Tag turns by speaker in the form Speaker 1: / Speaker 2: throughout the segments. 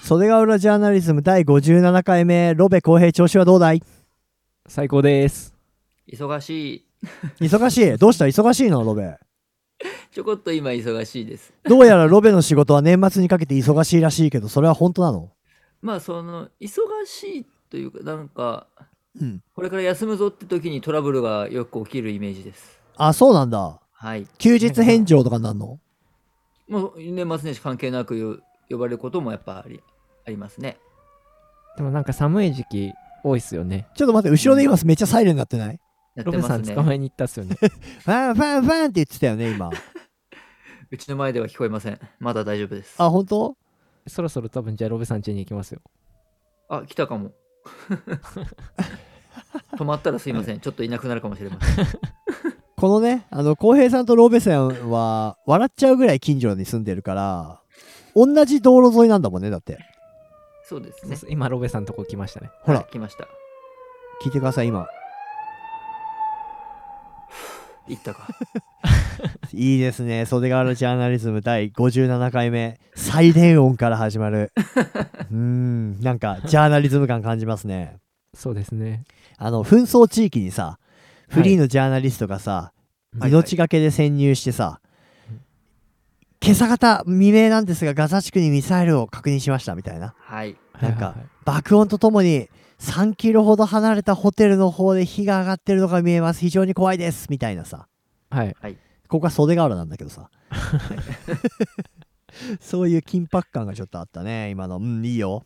Speaker 1: 袖ヶ浦ジャーナリズム第57回目、ロベ公平調子はどうだい
Speaker 2: 最高です。
Speaker 3: 忙しい。
Speaker 1: 忙しい。どうした忙しいのロベ。
Speaker 3: ちょこっと今忙しいです。
Speaker 1: どうやらロベの仕事は年末にかけて忙しいらしいけど、それは本当なの
Speaker 3: まあその忙しいというかなんか
Speaker 1: うん。
Speaker 3: これから休むぞって時にトラブルがよく起きるイメージです。
Speaker 1: あ、そうなんだ。
Speaker 3: はい。
Speaker 1: 休日返上とかなんの
Speaker 3: もう年末年始関係なくよ呼ばれることもやっぱありありますね。
Speaker 2: でもなんか寒い時期多いっすよね。
Speaker 1: ちょっと待って、後ろで今めっちゃサイレンになってない
Speaker 3: やっ
Speaker 2: ロ
Speaker 3: て
Speaker 2: ベ
Speaker 3: ま
Speaker 2: さ
Speaker 3: す
Speaker 2: ん
Speaker 3: ね
Speaker 2: 捕。まえに行ったっすよ ね。
Speaker 1: ファンファンファンって言ってたよね、今。
Speaker 3: うちの前では聞こえません。まだ大丈夫です。
Speaker 1: あ、本当
Speaker 2: そろそろ多分じゃあロベさん家に行きますよ。
Speaker 3: あ来たかも。 止まったらすいません。ちょっといなくなるかもしれません。
Speaker 1: このね、あの、浩平さんとロベさんは、笑っちゃうぐらい近所に住んでるから、同じ道路沿いなんだもんね、だって。
Speaker 3: そうです
Speaker 2: そう
Speaker 3: ね
Speaker 2: っ。す今ロベさんとこ来ましたね。
Speaker 1: ほら
Speaker 3: はい、来ました。
Speaker 1: 聞いてください、今。
Speaker 3: 行ったか。
Speaker 1: いいですね。袖ヶ浦ジャーナリズム第57回目。サイレン音から始ま る。うーん、なんか、ジャーナリズム感感じますね。
Speaker 2: そうですね。
Speaker 1: あの、紛争地域にさ、フリーのジャーナリストがさ、
Speaker 2: はい
Speaker 1: 命がけで潜入してさ、今朝方未明なんですが、ガザ地区にミサイルを確認しましたみたいな。
Speaker 3: はい。
Speaker 1: なんか
Speaker 2: はいはいはい
Speaker 1: 爆音とともに、3キロほど離れたホテルの方で火が上がってるのが見えます。非常に怖いです。みたいなさ。
Speaker 2: はい。
Speaker 1: ここは袖ヶ浦なんだけどさそういう緊迫感がちょっとあったね今のうんいいよ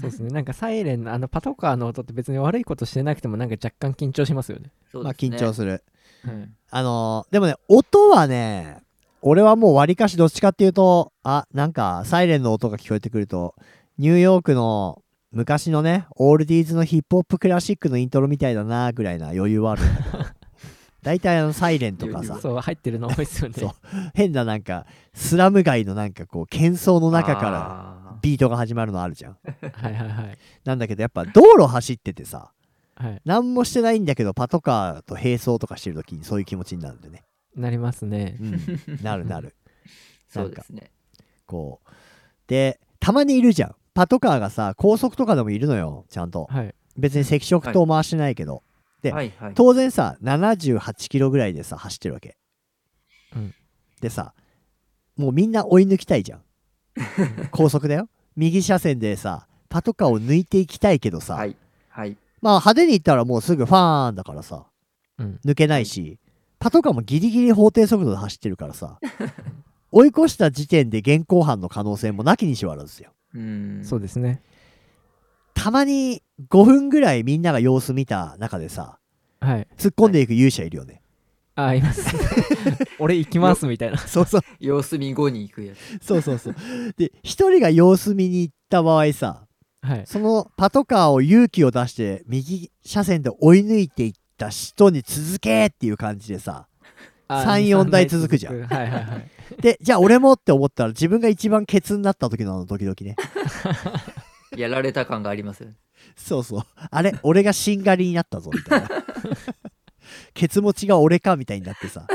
Speaker 2: そうですね。なんかサイレンのあのパトカーの音って別に悪いことしてなくてもなんか若干緊張しますよね。
Speaker 3: そう
Speaker 1: まあ
Speaker 3: ですね。
Speaker 1: 緊張する
Speaker 3: うん
Speaker 1: あのーでもね音はね俺はもうわりかしどっちかっていうとあなんかサイレンの音が聞こえてくるとニューヨークの昔のねオールディーズのヒップホップクラシックのイントロみたいだなぐらいな余裕はあるんだけ ど大体あのサイレンとかさ
Speaker 2: そう、入ってるの多いっすよね。
Speaker 1: そう変ななんかスラム街のなんかこう喧騒の中から
Speaker 3: あー
Speaker 1: ビートが始まるのあるじゃん
Speaker 2: はいはいはい。
Speaker 1: なんだけどやっぱ道路走っててさ
Speaker 2: はい。
Speaker 1: 何もしてないんだけどパトカーと並走とかしてる時にそういう気持ちになるんでね、
Speaker 2: なりますね
Speaker 1: う。ん、なるなる
Speaker 3: そうですね。
Speaker 1: こうでたまにいるじゃんパトカーがさ高速とかでもいるのよちゃんと
Speaker 2: はい。
Speaker 1: 別に赤色灯回してないけど、で
Speaker 3: はいはい。
Speaker 1: 当然さ78キロぐらいでさ走ってるわけ、
Speaker 2: うん
Speaker 1: でさもうみんな追い抜きたいじゃん高速だよ右車線でさパトカーを抜いていきたいけどさ、
Speaker 3: はい。はい。
Speaker 1: まあ派手に言ったらもうすぐファーンだからさ
Speaker 2: うん。
Speaker 1: 抜けないしパトカーもギリギリ法定速度で走ってるからさ 追い越した時点で現行犯の可能性もなきにしもあらずですよ
Speaker 3: うん。
Speaker 2: そうですね。
Speaker 1: たまに5分ぐらいみんなが様子見た中でさ
Speaker 2: はい。
Speaker 1: 突っ込んでいく勇者いるよね、
Speaker 2: あ、い ます。俺行きますみたいな。
Speaker 1: そうそう
Speaker 3: 様子見後に行くやつ。
Speaker 1: そうそうそうで1人が様子見に行った場合さ
Speaker 2: はい。
Speaker 1: そのパトカーを勇気を出して右車線で追い抜いていった人に続けっていう感じでさ
Speaker 2: あ
Speaker 1: 三
Speaker 2: 二
Speaker 1: 四
Speaker 2: 三
Speaker 1: 台続くじゃん
Speaker 2: はいはいはい。
Speaker 1: でじゃあ俺もって思ったら自分が一番ケツになった時のあの時々ね
Speaker 3: やられた感がありますよね。
Speaker 1: そうそう。あれ、俺がしんがりになったぞ、みたい な。ケツ持ちが俺か、みたいになってさ。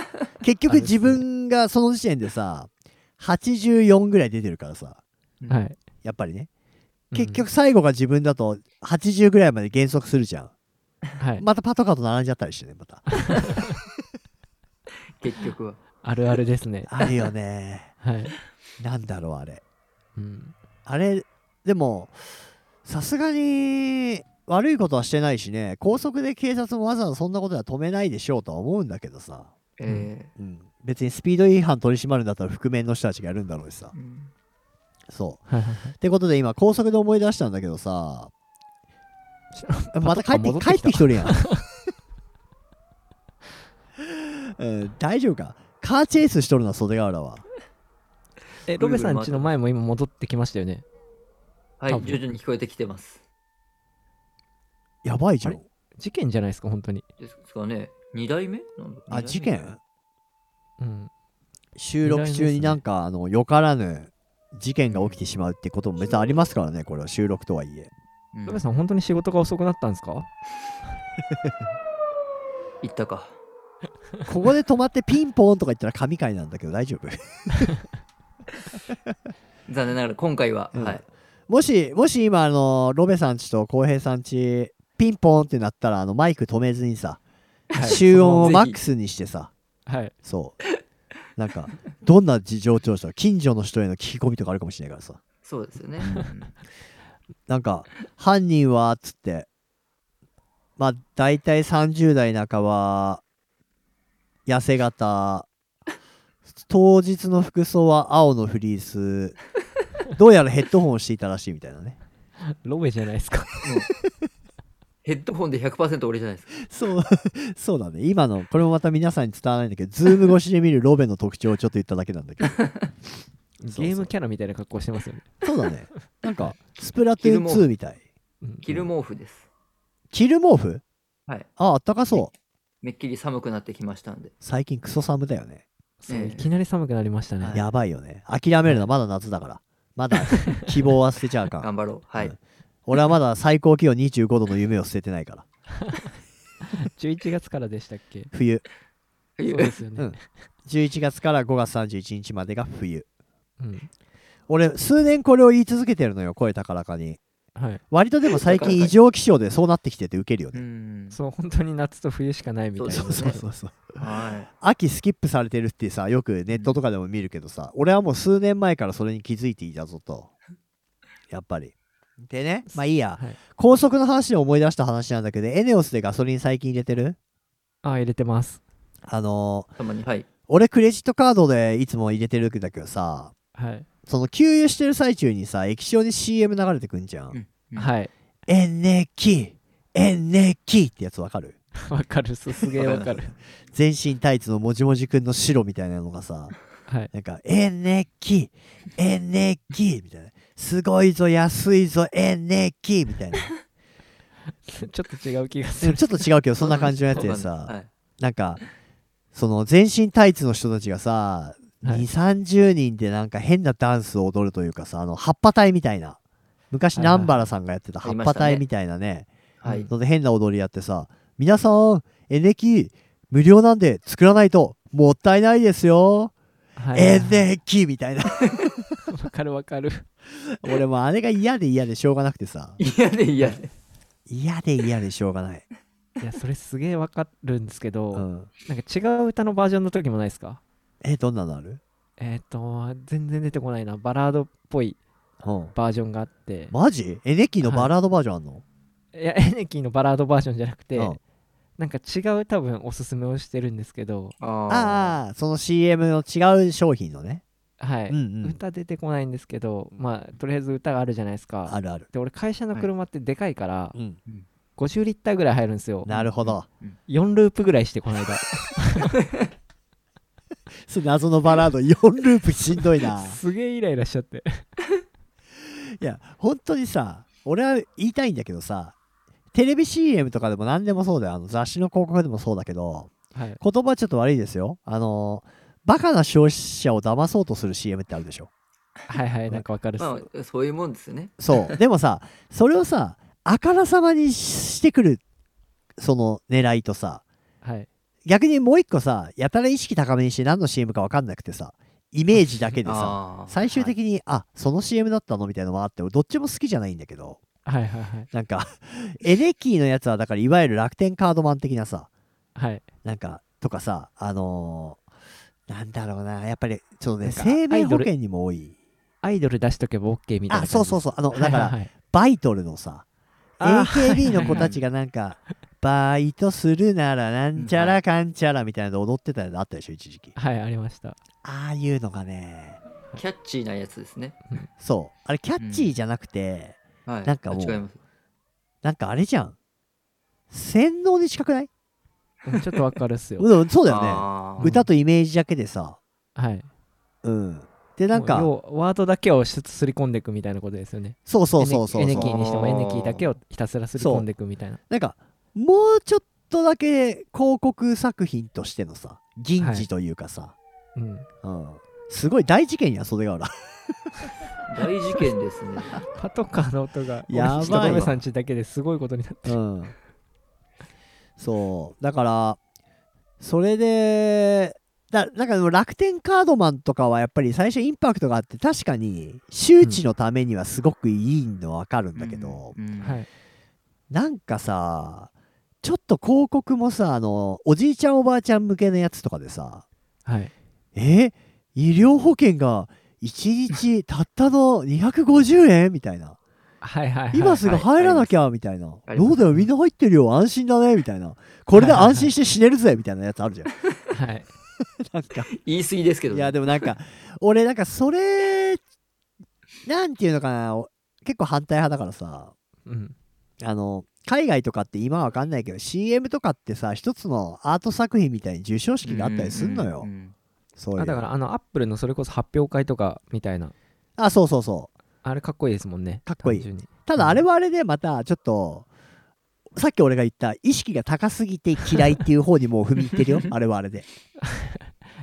Speaker 1: 結局
Speaker 2: あれっ
Speaker 1: 自
Speaker 2: すね
Speaker 1: 分がその時点でさ、84ぐらい出てるからさ、
Speaker 2: は
Speaker 3: うん
Speaker 2: い。
Speaker 1: やっぱりね。
Speaker 2: うん
Speaker 1: 結局、最後が自分だと80ぐらいまで減速するじゃん。
Speaker 2: はい、
Speaker 1: またパトカーと並んじゃったりしてね、また。
Speaker 3: 結局は。
Speaker 2: あるあるですね。
Speaker 1: あるよね。
Speaker 2: はい。
Speaker 1: なんだろう、あれ。
Speaker 2: うん、
Speaker 1: あれ、でも、さすがに悪いことはしてないしね、高速で警察もわざわざそんなことは止めないでしょうとは思うんだけどさ。
Speaker 3: え
Speaker 1: うん、別にスピード違反取り締まるんだったら覆面の人たちがやるんだろうしさ
Speaker 3: ーうん
Speaker 1: そ
Speaker 2: はいはいは
Speaker 1: うってことで今高速で思い出したんだけどさ
Speaker 2: い
Speaker 1: また帰って
Speaker 2: パトカ
Speaker 1: 帰
Speaker 2: ー戻
Speaker 1: って
Speaker 2: きた
Speaker 1: き とるやん、うん、大丈夫かカーチェイスしとるな袖ヶ浦は
Speaker 2: え、ロベさん家の前も今戻ってきましたよね。
Speaker 3: はい
Speaker 2: 多、分
Speaker 3: 徐々に聞こえてきてます。
Speaker 1: やばいじゃん
Speaker 2: あ事件じゃないですか、本当に。
Speaker 3: ですかね。二代目なんだ
Speaker 1: あ事件
Speaker 2: うん。
Speaker 1: 収録中になんか、あのよからぬ事件が起きてしまうってことも別にありますからねこれは収録とはいえ
Speaker 3: 二代目
Speaker 2: ロ
Speaker 3: うん
Speaker 2: ベさん、本当に仕事が遅くなったんですか
Speaker 3: 行ったか。
Speaker 1: ここで止まってピンポンとか言ったら神回なんだけど大丈夫
Speaker 3: 残念ながら今回は、
Speaker 1: うん
Speaker 3: はい。
Speaker 1: もし、もし今、あの、ロベさんちと浩平さんち、ピンポンってなったら、あの、マイク止めずにさ、集音をマックスにしてさ、
Speaker 2: はい。
Speaker 1: そう。なんか、どんな事情聴取だ近所の人への聞き込みとかあるかもしれないからさ。
Speaker 3: そうですよね。
Speaker 1: なんか、犯人は、っつって、まあ、大体30代半ば、痩せ型、当日の服装は青のフリース、どうやらヘッドホンをしていたらしいみたいなね。
Speaker 2: ロベじゃないですか。
Speaker 3: ヘッドホンで100%俺じゃないですか。
Speaker 1: そう、 そうだね。今の、これもまた皆さんに伝わらないんだけど、ズーム越しで見るロベの特徴をちょっと言っただけなんだけど。そう
Speaker 2: ゲームキャラみたいな格好してますよね。
Speaker 1: そうだね。なんか、スプラトゥーン2みたい。
Speaker 2: うん
Speaker 3: 着る毛布です。
Speaker 1: キル毛布
Speaker 3: はい。
Speaker 1: あ、あったかそう。
Speaker 3: めっきり寒くなってきましたんで。
Speaker 1: 最近クソ寒だよね。
Speaker 2: そう
Speaker 3: ええ
Speaker 2: いきなり寒くなりましたね。
Speaker 3: はい
Speaker 1: やばいよね。諦めるのまだ夏だから。まだ 希望は捨てちゃうかん。
Speaker 3: 頑張ろう。は
Speaker 1: う
Speaker 3: い
Speaker 1: ん。俺はまだ最高気温25度の夢を捨ててないから。
Speaker 2: 11月からでしたっけ
Speaker 1: 冬。
Speaker 3: 冬
Speaker 2: そうですよね。
Speaker 1: 11月から5月31日までが冬。
Speaker 2: うん。
Speaker 1: 俺、数年これを言い続けてるのよ、声高らかに。
Speaker 2: はい。
Speaker 1: 割とでも最近異常気象でそうなってきててウケるよ
Speaker 3: う
Speaker 1: ね。
Speaker 3: ん。
Speaker 2: そう、本当に夏と冬しかないみたいな。
Speaker 3: そ
Speaker 1: そうそうそうそう。
Speaker 3: は
Speaker 1: 秋スキップされてるってさ、よくネットとかでも見るけどさ、俺はもう数年前からそれに気づいていたぞと。やっぱり。でね、まあいいや。
Speaker 2: はい
Speaker 1: 高速の話で思い出した話なんだけど、エネオスでガソリン最近入れてる
Speaker 2: あ、入れてます。
Speaker 1: あのー
Speaker 3: い。たまに。はい。
Speaker 1: 俺クレジットカードでいつも入れてるんだけどさ、
Speaker 2: はい。
Speaker 1: その給油してる最中にさ、液晶に CM 流れてくんじゃん。
Speaker 3: うん
Speaker 2: はい。
Speaker 1: エネキエネキってやつわかる
Speaker 2: わかる。すすげえわかる。
Speaker 1: 全身タイツのもじもじくんの白みたいなのがさ、
Speaker 2: はい。
Speaker 1: なんか、エネキエネキみたいな。すごいぞ、安いぞ、エネキみたいな。
Speaker 2: ちょっと違う気がす
Speaker 1: でも
Speaker 2: る。
Speaker 1: ちょっと違うけど、そんな感じのやつで
Speaker 3: わかんない
Speaker 1: さ、
Speaker 3: はい
Speaker 1: なんか、その全身タイツの人たちがさ、
Speaker 2: はい
Speaker 1: 2、30人でなんか変なダンスを踊るというかさ、あの、葉っぱ隊みたいな。昔、
Speaker 2: はいはい
Speaker 1: 南原さんがやってた葉っぱ隊みたいなね、
Speaker 3: はい。
Speaker 1: ので変な踊りやってさ、皆さん、エネキ無料なんで作らないともったいないですよ。
Speaker 2: はい
Speaker 1: エネキみたいな。
Speaker 2: わかるわかる。
Speaker 1: 俺もあれが嫌で嫌でしょうがなくてさ
Speaker 3: 嫌で嫌で。
Speaker 1: 嫌で嫌でしょうが ない、
Speaker 2: いや、それすげえわかるんですけど、
Speaker 1: うん、
Speaker 2: なんか違う歌のバージョンの時もないですか
Speaker 1: えどんなのある、
Speaker 2: えっ、と、全然出てこないな。バラードっぽい
Speaker 1: うん、
Speaker 2: バージョンがあって。
Speaker 1: マジエネキのバラードバージョンあんの、
Speaker 2: いや、エ ネキーのバラードバージョンじゃなくて、
Speaker 1: うん
Speaker 2: なんか違う多分おすすめをしてるんですけど、
Speaker 3: あ
Speaker 1: ああその CM の違う商品のね、
Speaker 2: はい。
Speaker 1: うんうん
Speaker 2: 歌出てこないんですけど、まあ、とりあえず歌があるじゃないですか。
Speaker 1: あるある、
Speaker 2: で、俺、会社の車ってでかいから、
Speaker 1: うん、
Speaker 2: 50リッターぐらい入るんですよ。
Speaker 1: なるほど
Speaker 2: 4ループぐらいして、この 間。
Speaker 1: それ謎のバラード4ループしん どいな
Speaker 2: すげえイライラしちゃって。
Speaker 1: いや本当にさ俺は言いたいんだけどさテレビ CM とかでも何でもそうだよあの雑誌の広告でもそうだけど
Speaker 2: はい。
Speaker 1: 言葉はちょっと悪いですよあのバカな消費者を騙そうとする CM ってあるでしょ
Speaker 2: はいはい、なんかわかるっ
Speaker 3: あ。
Speaker 2: す。
Speaker 3: まあ、そういうもんですよね。
Speaker 1: そう。でもさ、それをさ、あからさまにしてくる、その狙いとさ、
Speaker 2: はい。
Speaker 1: 逆にもう一個さ、やたら意識高めにして何の CM か分かんなくてさ、イメージだけでさ、
Speaker 3: あー
Speaker 1: 最終的に、あ、その CM だったのみたいなのもあって、俺どっちも好きじゃないんだけど、
Speaker 2: はいはいはい。
Speaker 1: なんか、 エレキーのやつは、だからいわゆる楽天カードマン的なさ、
Speaker 2: はい。
Speaker 1: なんか、とかさ、あのーなんだろうな、やっぱり、ちょっとね、
Speaker 2: なんか
Speaker 1: 生命保
Speaker 2: アイド
Speaker 1: 険にも多い。
Speaker 2: アイドル出しとけば OK みたいな感
Speaker 1: あ、
Speaker 2: じ。
Speaker 1: そうそうそう、あの、だから
Speaker 2: はい、はい
Speaker 1: バイトルのさ、
Speaker 2: あ
Speaker 1: AKB の子たちがなんか、バイトするならなんちゃらかんちゃらみたいなの踊ってたのあったでしょ、一時期。
Speaker 2: はい、はいありました。
Speaker 1: ああいうのがね、
Speaker 3: キャッチーなやつですね。
Speaker 1: そう、あれキャッチーじゃなくて、
Speaker 3: はい。
Speaker 1: なんかもう
Speaker 3: 違います。
Speaker 1: なんかあれじゃん。洗脳に近くない
Speaker 2: うんちょっとわかるっすよ。
Speaker 1: うん、そうだよね。
Speaker 3: あー
Speaker 1: 歌とイメージだけでさ、
Speaker 2: はい。
Speaker 1: うん。で、なんか、
Speaker 2: もう要はワードだけをすすり込んでいくみたいなことですよね。
Speaker 1: そうそうそうそう
Speaker 2: エ
Speaker 1: そ
Speaker 2: ネ
Speaker 1: う
Speaker 2: キ。ーにしても
Speaker 3: あー
Speaker 2: エネキーだけをひたすらすり込んでいくみたいな。
Speaker 1: なんか、もうちょっとだけ広告作品としてのさ、銀
Speaker 2: は
Speaker 1: 次
Speaker 2: い
Speaker 1: というかさ、
Speaker 2: うん。
Speaker 1: うん。すごい大事件や、袖ヶ浦。
Speaker 3: 大事件ですね。
Speaker 2: パトカーの音が、
Speaker 1: やばいわ
Speaker 2: 俺とロベさんちだけですごいことになって
Speaker 1: う
Speaker 2: る。
Speaker 1: ん、そうだからそれでだなんかでも楽天カードマンとかはやっぱり最初インパクトがあって確かに周知のためにはすごくいいのわかるんだけど、
Speaker 3: うんうん
Speaker 2: はい。
Speaker 1: なんかさちょっと広告もさあのおじいちゃんおばあちゃん向けのやつとかでさ
Speaker 2: はい。
Speaker 1: え医療保険が1日たったの250円みたいな
Speaker 2: はいはいはい。
Speaker 1: 今すぐ入らなきゃみたいな
Speaker 3: あります
Speaker 1: どうだよみんな入ってるよ安心だねみたいなこれで安心して死ねるぜみたいなやつあるじゃん
Speaker 2: はい。
Speaker 1: なんか
Speaker 3: 言い過ぎですけど
Speaker 1: い
Speaker 3: ね。
Speaker 1: やでもなんか 俺なんかそれなんていうのかなお結構反対派だからさ
Speaker 2: うん。
Speaker 1: あの海外とかって今はわかんないけど CM とかってさ一つのアート作品みたいに授賞式があったりすんのよ、
Speaker 3: うんうん
Speaker 1: そういう
Speaker 2: あだから、あの、アップルのそれこそ発表会とかみたいな。
Speaker 1: あそうそうそう
Speaker 2: あれかっこいいですもんね。
Speaker 1: かっこいい
Speaker 2: 単純に
Speaker 1: ただあれはあれでまたちょっとさっき俺が言った意識が高すぎて嫌いっていう方にもう踏み入ってるよあれはあれで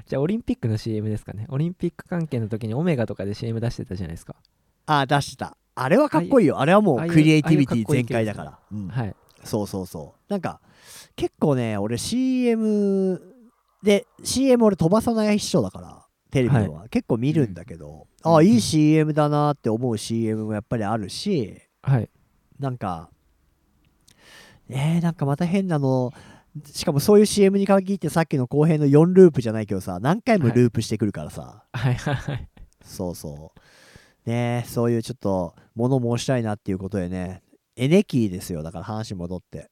Speaker 2: じゃあ、オリンピックの CM ですかね。オリンピック関係の時にオメガとかで CM 出してたじゃないですか。
Speaker 1: あ出してたあれはかっこいいよあれはも
Speaker 2: ああ
Speaker 1: う
Speaker 2: いう
Speaker 1: クリエイティビテ
Speaker 2: ああいう
Speaker 1: ィ
Speaker 2: かっこいい
Speaker 1: 全開だから、うん
Speaker 2: はい。
Speaker 1: そうそうそうなんか結構ね俺 CM で CM 俺飛ばさない秘書だからテレビのは、結構見るんだけど、
Speaker 3: うん
Speaker 1: あ
Speaker 3: う
Speaker 1: あ
Speaker 3: ん
Speaker 1: いい CM だなって思う CM もやっぱりあるし
Speaker 2: はい。
Speaker 1: なんかえー、なんかまた変なのしかもそういう CM に限ってさっきの後編の4ループじゃないけどさ何回もループしてくるからさ、
Speaker 2: はいはいはい。
Speaker 1: そうそうねえそういうちょっと物申したいなっていうことでねエネキーですよだから話戻って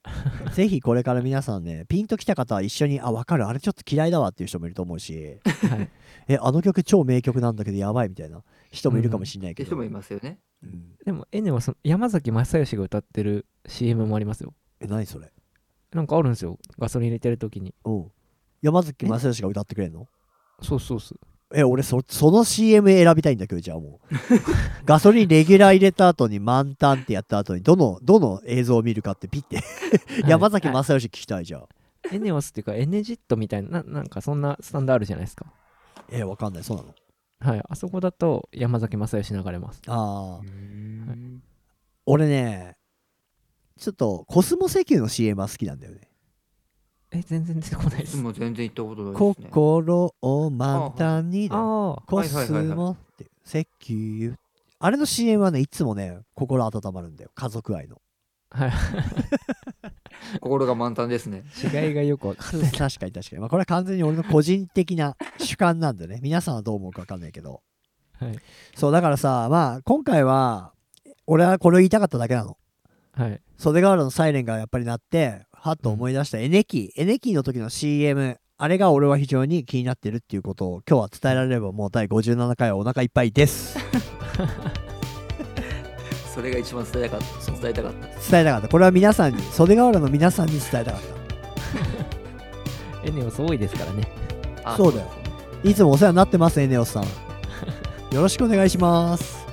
Speaker 1: ぜひこれから皆さんねピンときた方は一緒にあ分かるあれちょっと嫌いだわっていう人もいると思うし
Speaker 2: はい
Speaker 1: えあの曲超名曲なんだけどやばいみたいな人もいるかもしれない
Speaker 3: っ
Speaker 1: け
Speaker 3: て人
Speaker 1: ど、
Speaker 3: もいますよね。
Speaker 1: うん
Speaker 2: でも、N はその山崎正義が歌ってる CM もありますよ。
Speaker 1: え何それ
Speaker 2: なんかあるんですよ。ガソリン入れてる時に。
Speaker 1: うん山崎まさよしが歌ってくれるの
Speaker 2: そうそうそう。
Speaker 1: え俺そその CM 選びたいんだけどじゃあもうガソリンレギュラー入れた後に満タンってやった後にどのどの映像を見るかってピッて山崎まさよし聞きたいじゃん
Speaker 2: エネオスっていうかエネジットみたいなななんかそんなスタンドあるじゃないですか
Speaker 1: えー、わかんない、そうなの
Speaker 2: はいあそこだと山崎正義流れます
Speaker 1: ああ、
Speaker 2: は
Speaker 1: 俺ね、ちょっとコスモ石油の CM は好きなんだよね。
Speaker 2: え全然出てこないで
Speaker 3: いつ
Speaker 2: す
Speaker 3: も全然行ったことないですね。
Speaker 1: 心を満タンにだよ、
Speaker 2: あ
Speaker 1: コス
Speaker 3: はいはいはい
Speaker 1: モって石油。あれの CM はね、いつもね、心温まるんだよ、家族愛の。
Speaker 2: あはい
Speaker 3: 心が満タンですね。
Speaker 2: 違いがよくわかんない
Speaker 1: 確かに確かに。まあ、これは完全に俺の個人的な主観なんでね、皆さんはどう思うかわかんないけど。
Speaker 2: はい
Speaker 1: そう、だからさ、まあ、今回は、俺はこれを言いたかっただけなの。
Speaker 2: はい
Speaker 1: 袖ヶ浦のサイレンがやっぱり鳴ってはっと思い出したエネキーエネキーの時の CM あれが俺は非常に気になってるっていうことを今日は伝えられればもう第57回はお腹いっぱいです
Speaker 3: それが一番伝えたかった。伝えたかった。
Speaker 1: 伝えたかったこれは皆さんに袖ヶ浦の皆さんに伝えたかっ
Speaker 2: エネオス多いですからね
Speaker 1: たそうだよいつもお世話になってますエネオスさんよろしくお願いします